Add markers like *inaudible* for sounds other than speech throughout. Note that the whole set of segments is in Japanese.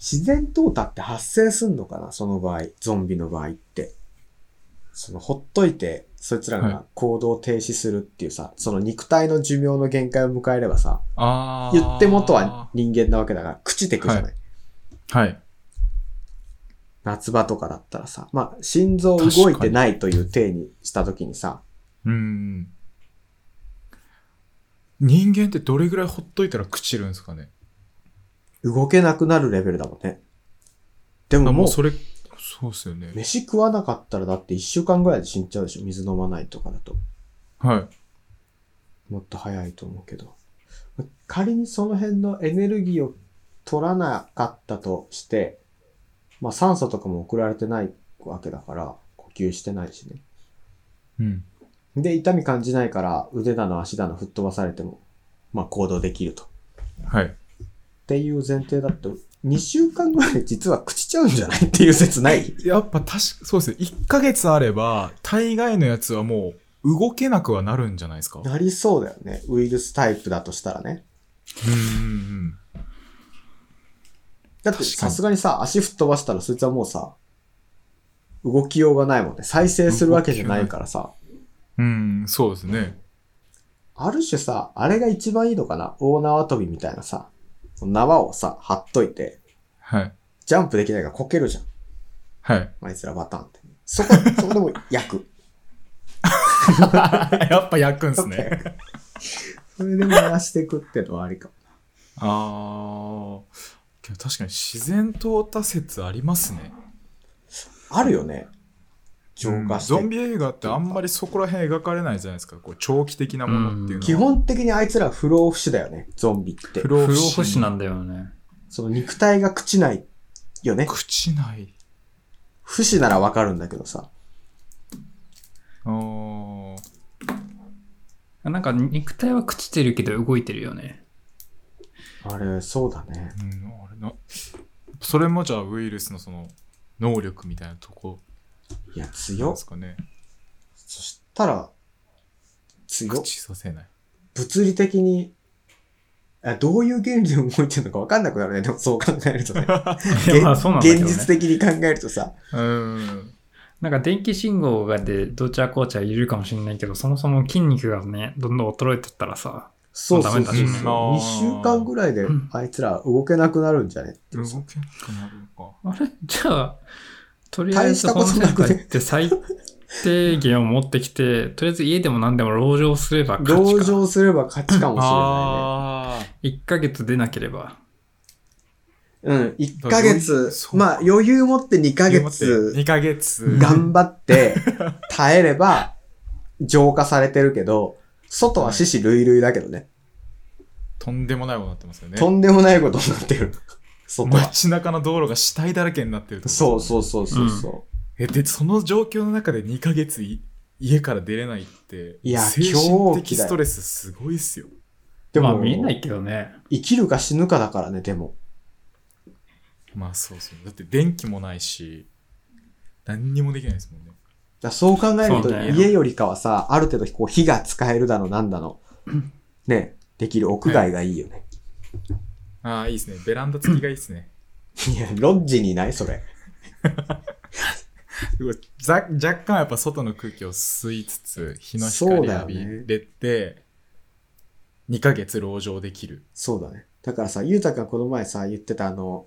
自然淘汰って発生すんのかなその場合、ゾンビの場合って。その、ほっといて、そいつらはいが行動を停止するっていうさ、その肉体の寿命の限界を迎えればさ、あー言って元は人間なわけだから、朽ちてくじゃない、はい。夏場とかだったらさ、まあ、心臓動いてないという体にしたときにさ、うん。人間ってどれぐらいほっといたら朽ちるんですかね動けなくなるレベルだもんね。であもももうう、それ、そうっすよね。飯食わなかったらだって一週間ぐらいで死んじゃうでしょ水飲まないとかだと。はい。もっと早いと思うけど。仮にその辺のエネルギーを取らなかったとして、まあ酸素とかも送られてないわけだから、呼吸してないしね。うん。で、痛み感じないから腕だの足だの吹っ飛ばされても、まあ行動できると。っはい。ていう前提だと、2週間ぐらいで実は朽ちちゃうんじゃないっていう説ないやっぱ確か、そうですね。1ヶ月あれば、大概のやつはもう動けなくはなるんじゃないですか。うんなりそうだよね。ウイルスタイプだとしたらね。うんうん。だって確かにさすがにさ、足吹っ飛ばしたらそいつはもうさ、動きようがないもんね。再生するわけじゃないからさ。うん、そうですね。ある種さ、あれが一番いいのかな大縄跳びみたいなさ、縄をさ、張っといて、はい。ジャンプできないからこけるじゃん。 *laughs* はい。あいつらバタンって。そ *laughs* こ、そこでも焼く。やっぱ焼くんです *laughs* ね。それでもやらしていくってのはありかも。あー。けど確かに自然淘汰説ありますね。あるよね。浄化して。うんゾンビ映画ってあんまりそこら辺描かれないじゃないですか。こう長期的なものっていうのは。基本的にあいつら不老不死だよね。ゾンビって不。不老老不不死死ななんだよね。その肉体が朽ちないよね。朽ちない。不死ならわかるんだけどさ。あーなんか肉体は朽ちてるけど動いてるよね。あれ、そうだね。うん、あれな。それもじゃあウイルスのその能力みたいなとこいや、なん強で。すかね。そしたら、強朽。ちさせない。物理的に、あどういう原理で動いてるのか分かんなくなるね。でもそう考 *laughs* えるとね。いやまあそうなんだけ現どね。実的に考えるとさ。うん。なんか電気信号がでどちらこうちゃ言えるかもしれないけど、そもそも筋肉がね、どんどん衰えてったらさ、そうそうそうダそう。メだね2週間ぐらいであいつら動けなくなるんじゃねってい動うけさなくなるのか。あれじゃあ、とりあえず大したこのことな世くね界って最低限を持ってきて、とりあえず家でも何でも籠城すれば勝ち同か。情すれば勝ちかもしあ1ヶ月出なければ。れないね。うん。1ヶ月そ、うまあ余裕持って2あヶ月2ヶ月。頑張 *laughs* って耐えれば浄化されてるけど、外は死死類々だけどね。とんでもないことになってますよね。とんでもないことになって *laughs* る。外は。街中の道路が死体だらけになってるってことそうそうそうそうそう。えでその状況の中で2ヶ月い家から出れないっていや精狂神気的だよストレスすごいっすよでも、まあ、見えないけ *laughs* どね。生きるか死ぬかだからね、でも。まあそうそうだって電気もないし何にもできないですもんねだからそう考えるそと、うね家よりかはさ、ある程度こう火が使えるだの、なんだの。ね、できる屋外がいいよね。ああいいですねベランダ付きがいいですねいや、ロッジにないそれ。うわざ若干やっぱ外の空気を吸いつつ日のそ光うだよ浴ねびれて、2ヶ月籠城できるそうだね。だからさ、ゆうたくんがこの前さ、言ってたあの、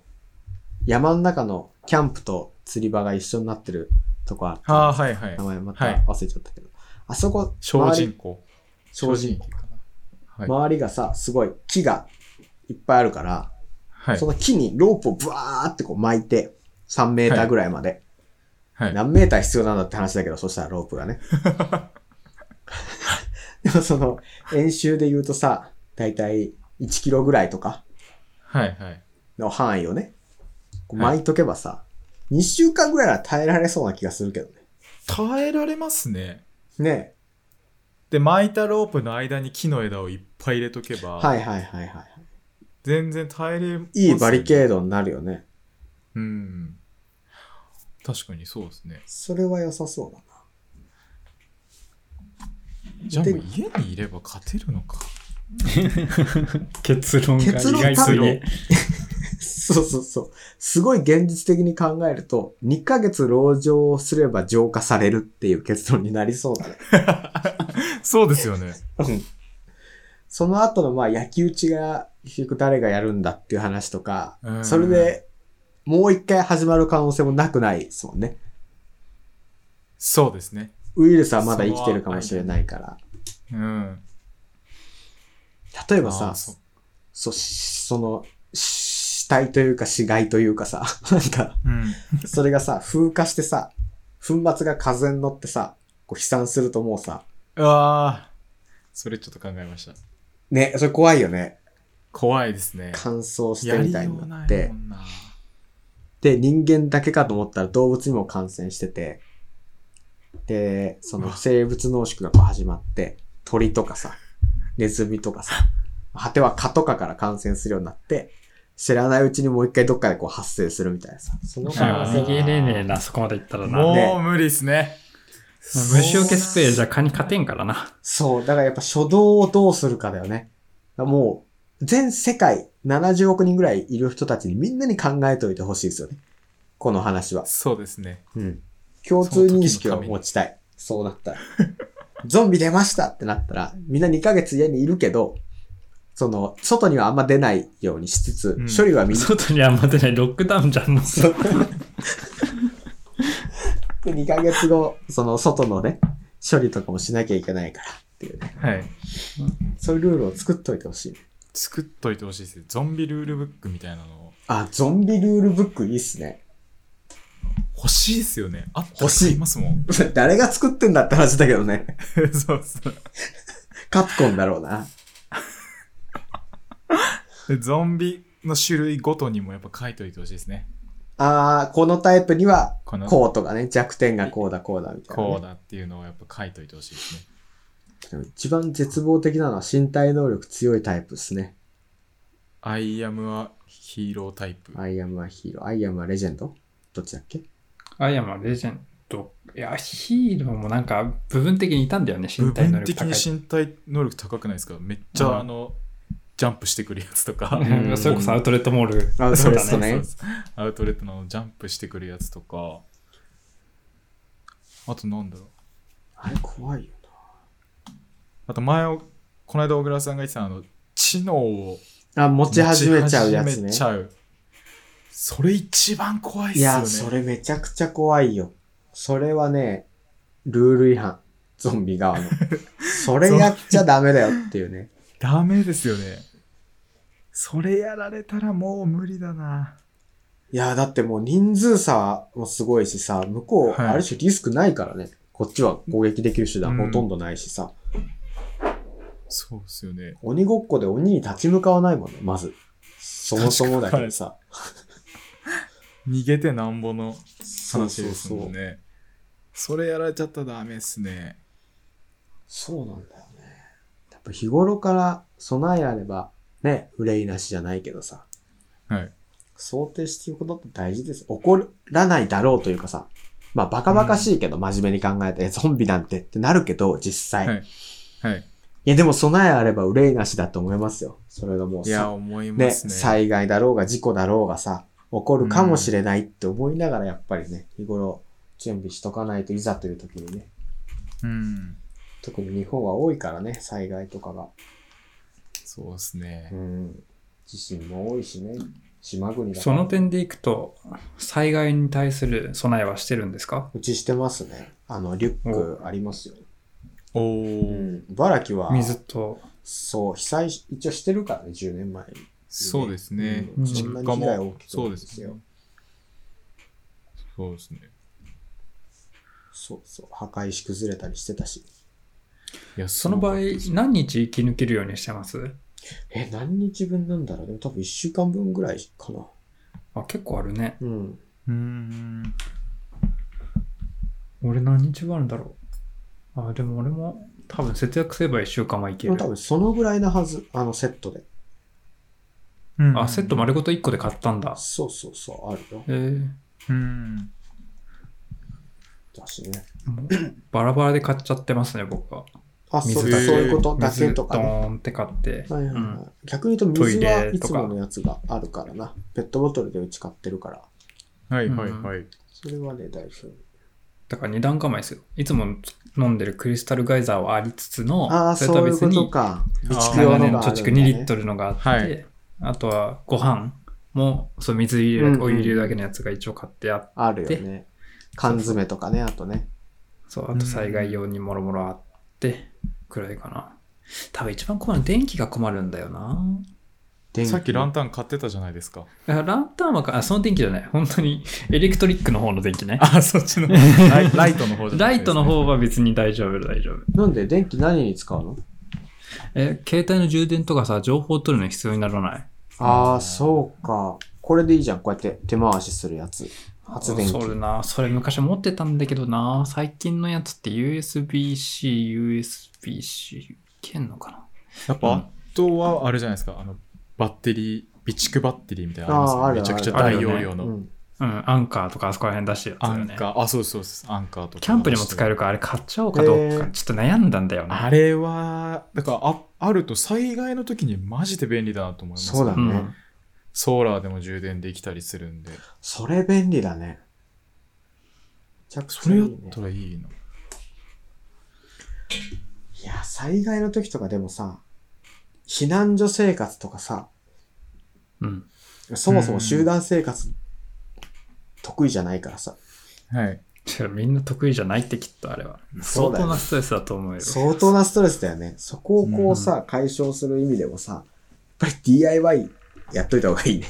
山の中のキャンプと釣り場が一緒になってるとこあって、ああはいはい名前またはい忘れちゃったけど。あそこ、小周人り、口小人口かなはい、周りがさ、すごい木がいっぱいあるから、はいその木にロープをブワーってこう巻いて、3メーターぐらいまで。はい何メーター必要なんだって話だけど、そしたらロープ *laughs* がね。でもその、演習で言うとさ、だいたい1キロぐらいとかはいはいの範囲をね、こうはい巻いとけばさ、2週間ぐらいは耐えられそうな気がするけどね。耐えられますねねで巻いたロープの間に木の枝をいっぱい入れとけば、はいはいはいはい。全然耐えれますねいいバリケードになるよね。うん確かにそうですねそれは良さそうだな。じゃあもうで家にいれば勝てるのか結論が結論意外と多分ね。そうそうそう。すごい現実的に考えると、2ヶ月籠城をすれば浄化されるっていう結論になりそう *laughs* だね。そうですよね。うんその後のまあ焼き討ちが結局誰がやるんだっていう話とか、うんそれでもう一回始まる可能性もなくないですもんね。そうですね。ウイルスはまだ生きてるかもしれないから。うん。例えばあさー、そそ、うその、死体というか死骸というかさ、 *laughs* なんか、うん。それがさ、風化してさ、粉末が風に乗ってさ、こう飛散するともうさ、ああ、それちょっと考えました。ね、それ怖いよね。怖いですね。乾燥してみたいになっやりてようないも。んなで、人間だけかと思ったら動物にも感染してて、で、そうのわ生物濃縮がこう始まって、鳥とかさ、ネズミとかさ、果ては蚊とかから感染するようになって、知らないうちにもう一回どっかでこう発生するみたいなさ、その可能あ性逃がげれねえな、そこまでいったらな。まあもう無理ですね。虫除けスプレーじゃ蚊に勝てんからな。そう、だからやっぱ初動をどうするかだよね。もう、全世界70億人ぐらいいる人たちにみんなに考えておいてほしいですよね。この話は。そうですね。うん。共通認識は持ちたい。そうなったら。ゾンビ出ましたってなったら、みんな2ヶ月家にいるけど、その、外にはあんま出ないようにしつつ、うん処理はみんな、外には待てないロックダウンじゃん。もうそうで、2ヶ月後、その、外のね、処理とかもしなきゃいけないからっていうね。はい。そういうルールを作っといてほしい。作っといてほしいですね。ゾンビルールブックみたいなのあ、ゾンビルールブックいいっすね。欲しいですよね。あった欲らしい買いますもん。 *laughs* 誰が作ってんだって話だけどね。 *laughs* そうそうカプコンだろうな。で。ゾンビの種類ごとにもやっぱ書いといてほしいですね。あー、このタイプには、このこうとかね、弱点がこうだこうだみたいなね、こうだっていうのをやっぱ書いといてほしいですね。でも一番絶望的なのは身体能力強いタイプですね。アイアムはヒーロータイプ。アイアムはヒーロー、アイアムはレジェンドどっちだっけアイアムはレジェンド。いや、ヒーローもなんか部分的にいたんだよね、部身体能分力的高にい。身体能力高くないですかめっちゃ、うんあの、ジャンプしてくるやつとか。んうんそれこそアウトレットモール。アウトレットそうだねそうそうアウトレットのあのジャンプしてくるやつとか。あとなんだろう。あれ怖いよあと前を、この間小倉さんが言ってたあの、知能をな。あ、持ち始めちゃうやつ持ち始めね。ちゃうそれ一番怖いっいすよね。や、それめちゃくちゃ怖いよ。それはね、ルール違反。ゾンビ *laughs* 側の。それやっちゃダメだよっていうね。ダメですよね。それやられたらもう無理だな。いや、だってもう人数差もすごいしさ、向こう、はいある種リスクないからね。こっちは攻撃できる手段うんほとんどないしさ、そうですよね。鬼ごっこで鬼に立ち向かわないもんね、まず。そもそもだけどさ。逃げてなんぼのそう話そうですそうもんね。それやられちゃったらダメっすね。そうなんだよね。やっぱ日頃から備えあれば、ね、憂いなしじゃないけどさ、はい。想定していくことって大事です。起こらないだろうというかさ、まあバカバカしいけど真面目に考えて、えゾンビなんてってなるけど、実際。はいい、はい。やでも備えあれば憂いなしだと思いますよ。それがもういさや、思いまね、すね。災害だろうが事故だろうがさ、起こるかもしれないって思いながらやっぱりね、日頃準備しとかないといざという時にね、うん。特に日本は多いからね、災害とかが。そうですねう。ん。地震も多いしね、島国だかそらの点でいくと、災害に対する備えはしてるんですかうちしてますね。あの、リュックありますよ。おうお、ん。茨城は、水と。そう、被災し、一応してるからね、10年前に。そうですね。うん実そ家んなに被害大もき、くなそいうんでですすねよ。そうですね。そうそう、破壊し崩れたりしてたし。いや、その場合そう、何日生き抜けるようにしてますえ、何日分なんだろうでも多分1週間分ぐらいかな。あ、結構あるね。うん。うーん。俺何日分あるんだろう。あ、でも俺も多分節約すれば1週間はいでけるも。多分そのぐらいなはず、あのセットで。うんあ、セット丸ごと1個で買ったんだ。そうそうそう、あるよえ。ー、うん。だしね。もうバラバラで買っちゃってますね、僕は。あ、そうそう水だけいうことだけ水とドかね。ーンって買って。はいはいはいうん逆に言うとトイ水はレいとつかものやつがあるからな。ペットボトルでうち買ってるから。はいはいはい。それはね、大丈夫。だから二段構えですよ。いつも飲んでるクリスタルガイザーはありつつの、ああ、れとそうはいう別ことに、か。備あー蓄用のがあ長年貯るんだ、ね。蓄2リットルのがあって、はいあとはご飯も、そう水入れるだけ、うんうんお湯入れるだけのやつが一応買ってあって、あるよね。缶詰とかね、あとね。そう、あと災害用にもろもろあって、くらいかな。多分一番困るの電気が困るんだよな。電気さっきランタン買ってたじゃないですか。あランタンはか、あ、その電気じゃない。本当に、エレクトリックの方の電気ね。あ、そっちの。ライライトの方じゃなラいイですねトの方は別に大丈夫、大丈夫。なんで電気何に使うのえ、携帯の充電とかさ、情報を取るの必要にならないああ、そうか。これでいいじゃん。こうやって手回しするやつ。発電機あそれな、それ昔持ってたんだけどな、最近のやつって USB-C、USB-C、いけんのかなやっぱ、あとはあれじゃないですか。あの、バッテリー、備蓄バッテリーみたいなのああ、あありるますよねめちゃくちゃある大容量うの。ん。うん、アンカーとかあそこら辺出してるやつアだよンね。カー、あ、そうですそうです。アンカーとか。キャンプにも使えるから、あれ買っちゃおうかどうか、へーちょっと悩んだんだよね。あれは、だからあ、あると災害の時にマジで便利だなと思います、そうだうねん。ソーラーでも充電できたりするんで、それ便利だね。めちゃくそちゃいれいやねっ。たらいいの。いや、災害の時とかでもさ、避難所生活とかさ、うん。そもそも集団生活得意じゃないからさ、 *laughs* はい。じゃあみんな得意じゃないってきっとあれは。そ相うだよ当なストレスだと思うよ。相当なストレスだよね。そこをこうさ、解消する意味でもさ、やっぱり DIY やっといた方がいいね。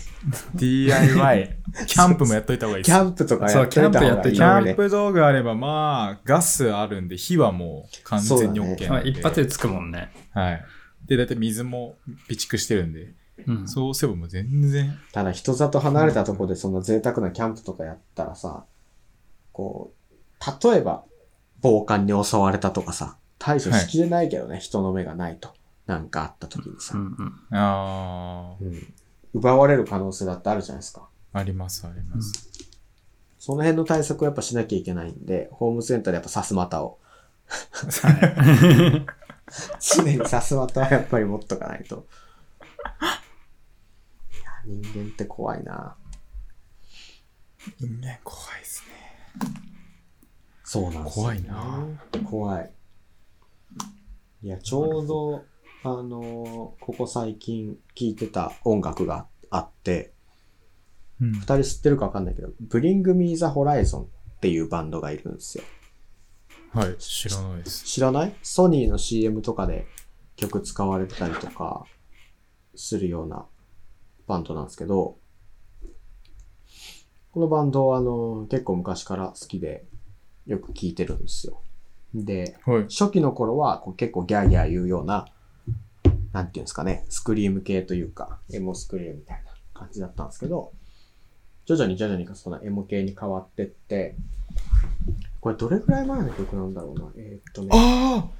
DIY。キャンプもやっといた方がいいキです。ャンプとかやっといた方がいい、ね。そうキャンプ道具あれば、まあ、ガスあるんで、火はもう完全に OK なんで。まあ一発でつくもんね。はい。で、だいたい水も備蓄してるんで、うん。そうすればもう全然。ただ人里離れたとこでその贅沢なキャンプとかやったらさ、こう、例えば、暴漢に襲われたとかさ、対処しきれないけどね、人の目がないと。なんかあった時にうさ、んうん。あうん奪われる可能性だってあるじゃないですか。あ、あります、あります。その辺の対策をやっぱしなきゃいけないんで、ホームセンターでやっぱさすまたを。常にさすまたはやっぱり持っとかない *laughs* と。いや、人間って怖いな人間怖いですね。そうなんですよね怖い怖い。いや、ちょうど、あのーここ最近聴いてた音楽があって、うん二人知ってるかわかんないけど、Bring Me the Horizon っていうバンドがいるんですよ。はい、知らないです。知らないソニーの CM とかで曲使われてたりとかするようなバンドなんですけど、このバンドはあの結構昔から好きでよく聴いてるんですよ。で、はい。初期の頃はこう結構ギャーギャー言うような、なんていうんですかね、スクリーム系というか、エモスクリームみたいな感じだったんですけど、徐々に徐々にそのエモ系に変わってって、これどれぐらい前の曲なんだろうな。えーっとね、あ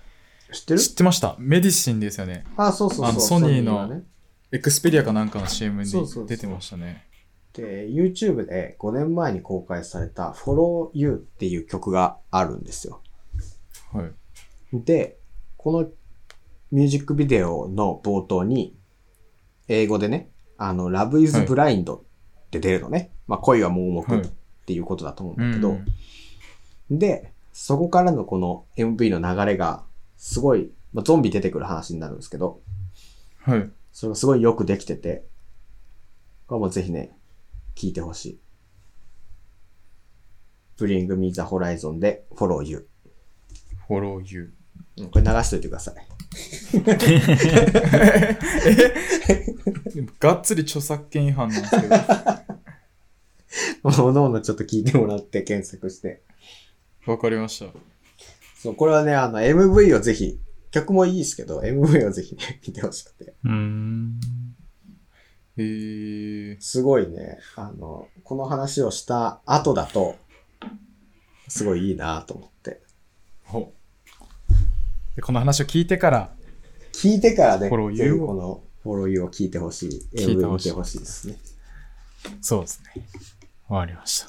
知ってある知ってました。メディシンですよね。あ、そうそうあそう。のソニーのがね。エクスペリアかなんかの CM にそうそうそう出てましたね。で、YouTube で5年前に公開された Follow You っていう曲があるんですよ。はい。で、このミュージックビデオの冒頭に、英語でね、あの、Love is はい Blind って出るのね。まあ、恋は盲目はいっていうことだと思ううんだけど、んで、そこからのこの MV の流れが、すごい、まあ、ゾンビ出てくる話になるんですけど、はい。それがすごいよくできてて、これもぜひね、聞いてほしい。Bring Me the Horizon で Follow You。フォロー you。うんこれ流しといてください。でも *laughs* がっつり著作権違反なんですけど。おのおのちょっと聞いてもらって検索して。わかりました。そう、これはね、あの、MV をぜひ、曲もいいですけど、MV をぜひね、見てほしくて。うん。えー、すごいね、あの、この話をした後だと、すごいいいなと思って。ほでこの話を聞いてから、聞いてからね、フォローぜひ You をこの、フォロー You を聞いてほしい。聞いて MV ほ見しいてほしいですね。そうですね。わかりました。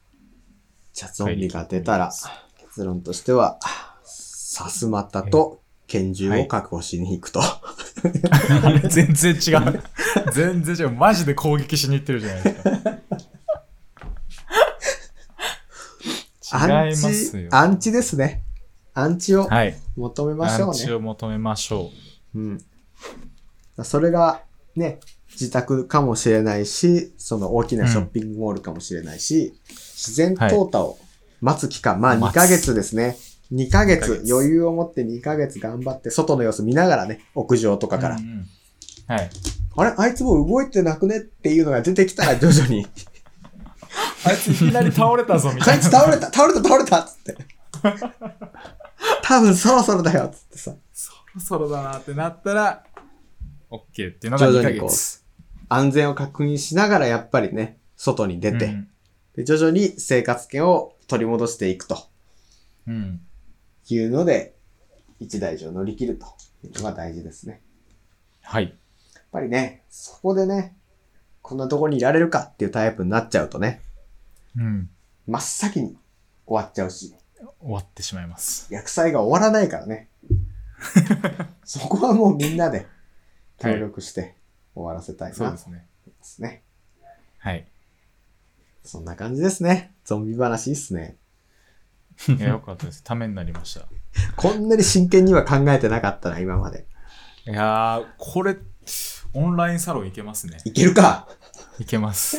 *laughs* じゃあゾンビが出たら、結論としては、さすまたと拳銃を確保しに行くと。全然違う。全然違う。マジで攻撃しに行ってるじゃないですか。違いますよ。アンチ、アンチですね。アンチをはい。求めましょアうンねチ。を求めましょうん。それが、ね、自宅かもしれないし、その大きなショッピングモールかもしれないし、自然淘汰を待つ期間、まあ待2ヶつ月ですね。2ヶ月、二ヶ月余裕を持って2ヶ月頑張って、外の様子見ながらね、屋上とう。かから、うんうんはい。あれあいつもう動いてなくねっていうのが出てきたら徐々に、 *laughs* あいついきなり倒れたぞ、みあたいいつな。倒れた倒れた倒れたっつ *laughs* って。多分そろそろだよっつってさ、そろそろだなってなったら、OK っていうのが徐2々ヶにこ月。う、安全を確認しながらやっぱりね、外に出て、うんで、徐々に生活圏を取り戻していくとうん。いうので、一大事を乗り切るというのが大事ですね。はい。やっぱりね、そこでね、こんなとこにいられるかっていうタイプになっちゃうとね、うん。真っ先に終わっちゃうし、終わってしまいます。薬剤が終わらないからね。そこはもうみんなで協力して終わらせたいなそうでですね。すね。 *laughs* はい。そんな感じですね。ゾンビ話いいっすね。いや、よかったです。ためになりました。こんなに真剣には考えてなかったな、今まで。いやー、これ、オンラインサロンいけますね。いけるかいけます。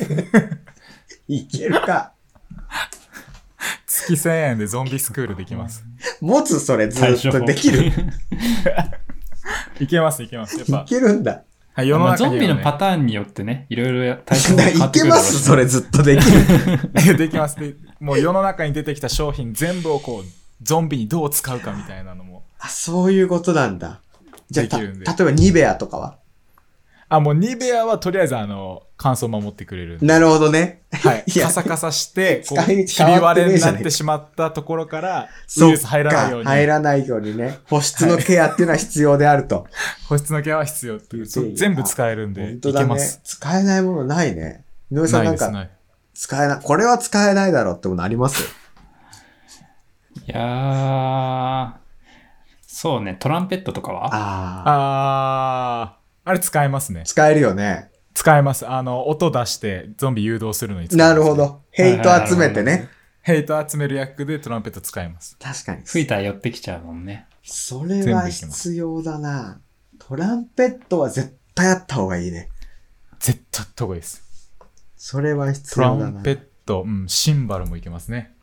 いけるか月1000円でゾンビスクールでき *laughs* ます。持つそれず対っ処と法でき *laughs* る。いけます、いけます。やっいぱ、けるんだ。 *laughs* はい、世のまあ中ゾンビのパッターンによってね、いろいろや対処法が変わ *laughs* いってくけるだまろうしすそれずっとできる。ン *laughs* できます。で、もう世の中に出てきた商品全部をこう、ゾンビにどう使うかみたいなのも。あ、そういうことなんだ。じゃあ、できた例るんえでばニベアとかはあ、もうニベアはとりあえずあの、乾燥守ってくれるんで。なるほどね。はい。いやカサカサして、こ使う、いひ道変びわって割ねれえにじゃねえかなってしまったところから、ウイそルっスか入らないように。入らないようにね。保湿のケアっていうのは必要であると。保湿のケアは必要っていう。そういいな全部使えるんで、本い当けだまねす。。使えないものないね。井上さんなないんですか、ね。使えな、これは使えないだろうってものありますいやー、そうね、トランペットとかはああ。あー、あれ使えますね。使えるよね。使えます。あの、音出してゾンビ誘導するのに使えまなす、るほ。ど。ヘイト集めてはいはいはいはねい。ヘイト集める役でトランペット使えます。確かに。吹いたら寄ってきちゃうもんね。それは必要だな。トランペットは絶対あった方がいいね。絶対どこいいです。それは必トラ要だンなペ。ット、うん、シンバルもいけますね。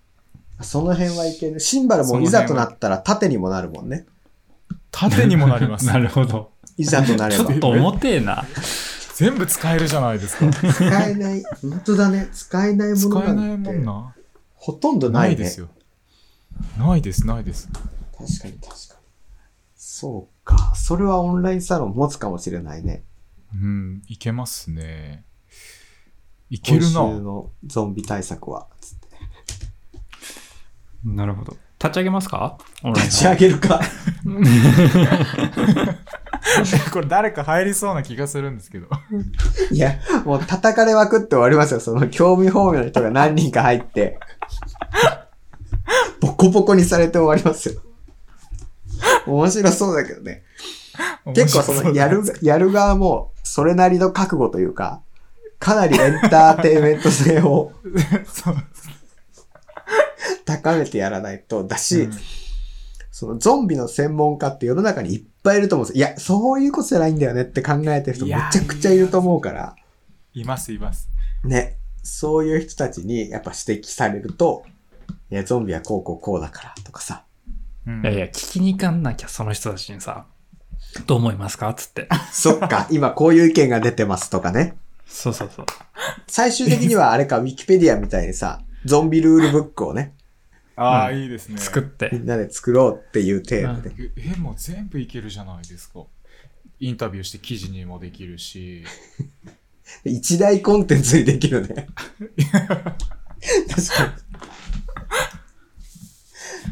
その辺はいける。シンバルもいざとなったら縦にもなるもんね。縦にもなり *laughs* ます。なるほど。いざとなれちょば。っと重てえ *laughs* な。全部使えるじゃないですか。使えない。本当だね。使えないもの使なえんてないもんな。ほとんどなないね。いですよ。ないです、ないです。確かに確かに。そうか。それはオンラインサロン持つかもしれないね。うん、いけますね。いける今週な。のゾンビ対策は。つってなるほど。立ち上げますか立ち上げるか。 *laughs* これ誰か入りそうな気がするんですけど。いや、もう叩かれまくって終わりますよ。その興味本位の人が何人か入 *laughs* って。ボコボコにされて終わりますよ。面白そうだけどね。 *laughs* 結構そのやる、やる側もそれなりの覚悟というか、かなりエンターテインメント性を *laughs* そう高めてやらないとだし、うんそのゾンビの専門家って世の中にいっぱいいると思うんですよ。いや、そういうことじゃないんだよねって考えてる人いめやちゃくちゃいると思うから、います、います。ね、そういう人たちにやっぱ指摘されると、いや、ゾンビはこうこうこうだからとかさ、うん *laughs* いやいや、聞きに行かんなきゃ、その人たちにさ、どう思いますかつって。そっか、今こういう意見が出てますとかね。そうそうそう。最終的にはあれか、ウィキペディアみたいにさ、ゾンビルールブックをね、ああ、うんいいですね。作っみて。んなで作ろうっていうテーマで。ええ、もう全部いけるじゃないですか。インタビューして記事にもできるし。一大コンテンツにできるね。確か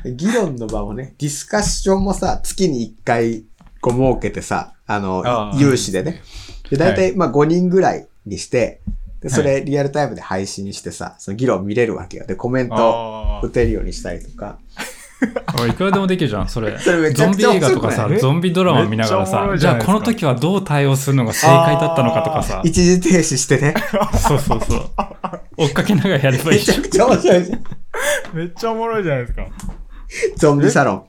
に。議論の場もね、ディスカッションもさ、月に一回こう設けてさ、あの、あー有志でね。で、大体、まあ5人ぐらいにして、で、それリアルタイムで配信してさ、その議論見れるわけよ。で、コメントあ打てるようにしたりとか。おいいくらでもできるじゃん、それ。 *laughs* それめちゾゃンくビちゃ映面画白とくかないさ面白くない、ゾンビドラマ見ながらめっちゃおもさろ、いじじゃゃないであすこかの時はどう対応するのが正解だったのかとかさ、一時停止して *laughs* ね。そうそう *laughs* そう。追っかけながらやればいめいちじゃゃん。くちゃ面白いじゃん。めっちゃおもろいじゃないですか。ゾンビサロン。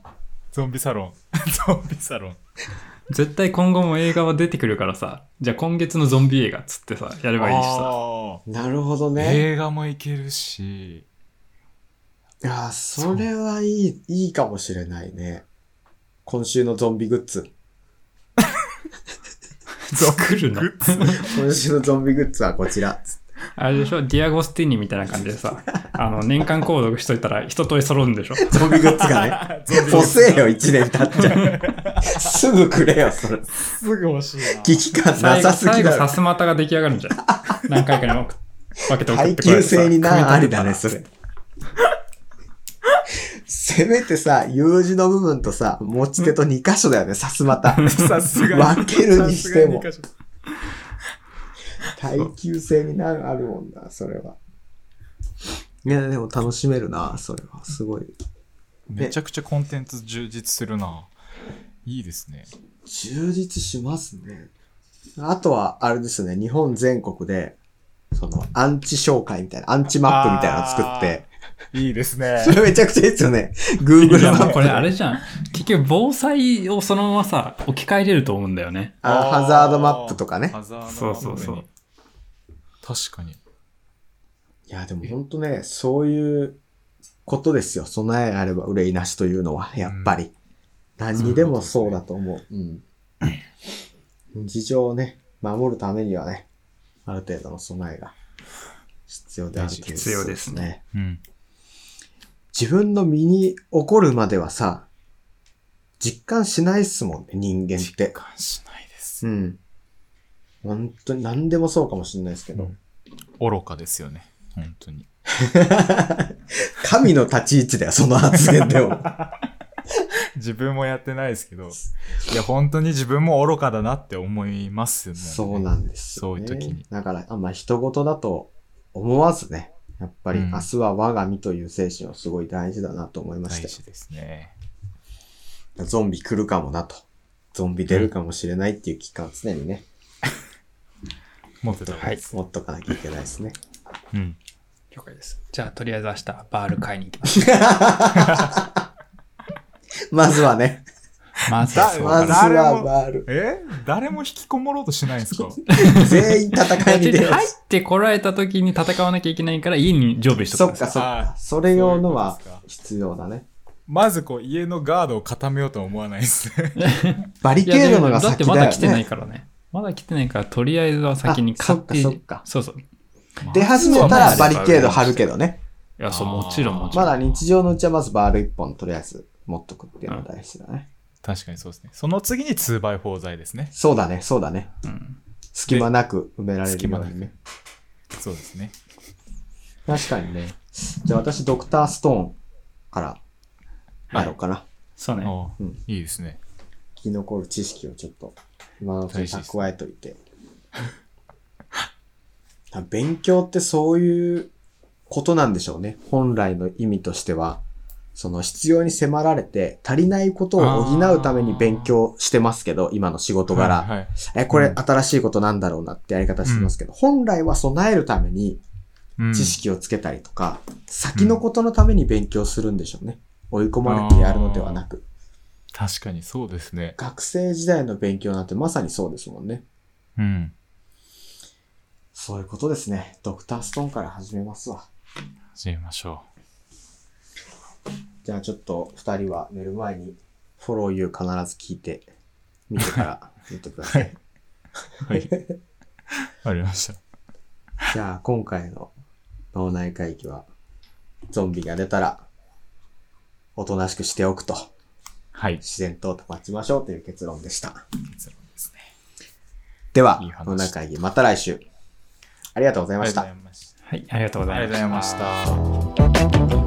ゾンビサロン。 *laughs* ゾンビサロン。 *laughs* 絶対今後も映画は出てくるからさ、じゃあ今月のゾンビ映画っつってさ、やればいいしさ。あなるほどーね。映画もいけるし。いやー、それはいい、いいかもしれないね。今週のゾンビグッズ。作るの。今週のゾンビグッズはこちら。あれでしょディアゴスティーニみたいな感じでさ、あの、年間購読しといたら一通り揃うんでしょゾンビグッズがね。 *laughs* ゾン補正よ、1年経っちゃ *laughs* う。すぐくれよ、それ。すぐ欲しいな。危機感な最後、さすぎ最後、ださろ。すまたが出来上がるんじゃん。何回かに分けて送っ耐てく久れるさ性にな、ありだね、そ。組れみ立て。せめてさ、U 字の部分とさ、持ち手と2箇所だよね、さすまた。 *laughs* さすがに。分けるにしてもさすがに二箇所耐久性にな、あるもんな、それは。いや、でも楽しめるな、それは。すごい。めちゃくちゃコンテンツ充実するな。いいですね。充実しますね。あとは、あれですね、日本全国で、その、アンチ紹介みたいな、アンチマップみたいなの作って、いいですねそれめちゃくちゃいいですよ *laughs* ね。い Google や、マもッうプ。これあれじゃん。結局、防災をそのままさ、置き換えれると思うんだよね。あハザードマップとかね。ハザードマップそうそうそうに。確かに。いや、でも本当ね、そういうことですよ。備えがあれば憂いなしというのは、やっぱり。何にでもそうだと思う。うん。日常をね、守るためにはね、ある程度の備えが必要であるという大事必要ですねそううん。自分の身に起こるまではさ、実感しないっすもんね、人間って。感しないですう。ん。本当に何でもそうかもしれないですけど、うん愚かですよね。本当に。神の立ち位置だよ、その発言でも。自分もやってないですけど、いや、本当に自分も愚かだなって思いますよね。そうなんですよ、ね。そういう時にだから、あんま人事だと思わずね、やっぱりうん明日は我が身という精神はすごい大事だなと思いまし大て、事ですね。ゾンビ来るかもなと。ゾンビ出るかもしれないっていう期間を常にね、持ってた方がいいです。持っとかなきゃいけないですね。うん。了解です。じゃあ、とりあえず明日、バール買いに行きます。まずはね、まずはそうまかずな。誰はもバール。え誰も引きこもろうとしないんですか *laughs* 全員戦いに出る。入ってこられた時に戦わなきゃいけないから、家に常備しとそくっんですよかそっかは。いそれ用のはそういうことで必要だね。まずこう、家のガードを固めようとは思わないですね。バリいやケードのがだっ先だてよまね。だ来てないからね。まだ来てないから、とりあえずは先に買って。あそっかそうそう。い出始めたらバリケード張るけどね。や、そう、もちろんもちろまん。だ日常のうちはまずバール1本とりあえず持っとくっていうのが大事だね。確かにそうですね。その次に 2x4 剤ですね。そうだね、そうだね。うん隙間なく埋められるよう隙に間なね。そうですね。確かにね。じゃあ私、ドクターストーンからやろうかな。そうね。ああ、うんいいですね。生き残る知識をちょっと今のうちに蓄えといて。勉強ってそういうことなんでしょうね。本来の意味としては。その必要に迫られて足りないことを補うために勉強してますけど、今の仕事柄。はいはいえ、これうん新しいことなんだろうなってやり方してますけど、本来は備えるためにうん知識をつけたりとか、先のことのために勉強するんでしょうね。追い込まれてやるのではなく。確かにそうですね。学生時代の勉強なんてまさにそうですもんね。うん。そういうことですね。ドクターストーンから始めますわ。始めましょじゃあちょっと二人は寝る前にフォロー You 必ず聞いて、見てから言ってください。う。はい。わかりました。 *laughs* じゃあ今回の脳内会議は、ゾンビが出たら、おとなしくしておくと。はい。自然と待ちましょうという結論でした。結論ですね。では、いい話この中会議また来週。ありがとうございあまりしがとうたござ。いました。はい、ありがとうございあまりしがとうごたざいました。